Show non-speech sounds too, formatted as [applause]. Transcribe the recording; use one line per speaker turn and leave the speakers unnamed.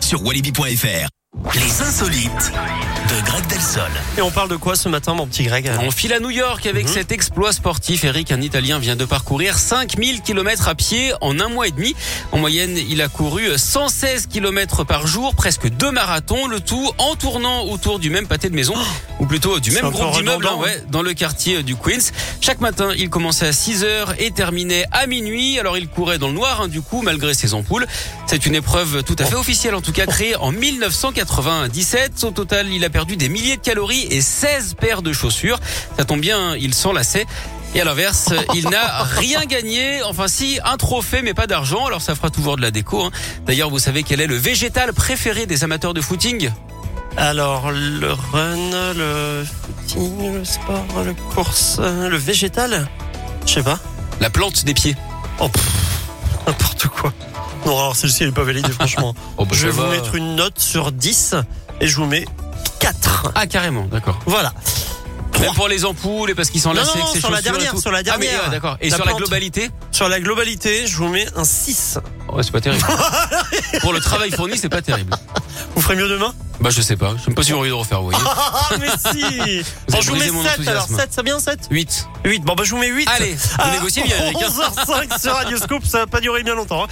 sur walibi.fr. Les insolites de Greg Delsol.
Et on parle de quoi ce matin, mon petit Greg
On file à New York avec
Mhm.
cet exploit sportif. Eric, un Italien, vient de parcourir 5000 km à pied en un mois et demi. En moyenne, il a couru 116 km par jour, presque deux marathons, le tout en tournant autour du même pâté de maison, ou plutôt du
C'est
même
un peu
groupe d'immeubles, hein,
redondant,
ouais, dans le quartier du Queens. Chaque matin, il commençait à 6 heures et terminait à minuit. Alors, il courait dans le noir, hein, du coup, malgré ses ampoules. C'est une épreuve tout à fait officielle, en tout cas créée en 1997. Au total, il a perdu des milliers de calories et 16 paires de chaussures. Ça tombe bien, hein, il s'enlaçait. Et à
[laughs]
l'inverse, il n'a rien gagné. Enfin, si, un trophée, mais pas d'argent. Alors, ça fera toujours de la déco. hein. D'ailleurs, vous savez quel est le végétal préféré des amateurs de footing
Alors, le run, le footing, le sport, le course, euh, le végétal Je sais pas.
La plante des pieds.
Oh, pff, n'importe quoi. Non, alors celle-ci, elle est pas validée,
[laughs]
franchement.
Bah, Oh,
Je vais vous mettre une note sur 10 et je vous mets 4.
Ah, carrément, d'accord.
Voilà.
Même pour les ampoules et parce qu'ils
Non,
s'enlaçaient
non,
avec ses
sur la
chaussures et
dernière,
tout.
sur la
Ah oui,
dernière.
ouais, d'accord. Et
La
sur
plante.
la globalité
Sur la globalité, je vous mets un 6.
Ouais, c'est
[laughs]
pas terrible. Pour le travail fourni, c'est pas terrible.
Vous ferez mieux demain [laughs]
Bah, je sais pas. Je sais pas si j'ai envie de refaire, vous voyez.
Ah, mais si Bon, je vous
brisé
mets
mon
7 alors.
enthousiasme.
7, c'est bien 7
8.
8. Bon, bah, je vous mets 8. [laughs]
Allez, vous négociez bien, Eric. hein.
11h05 sur Radioscope, ça va pas durer bien longtemps. hein.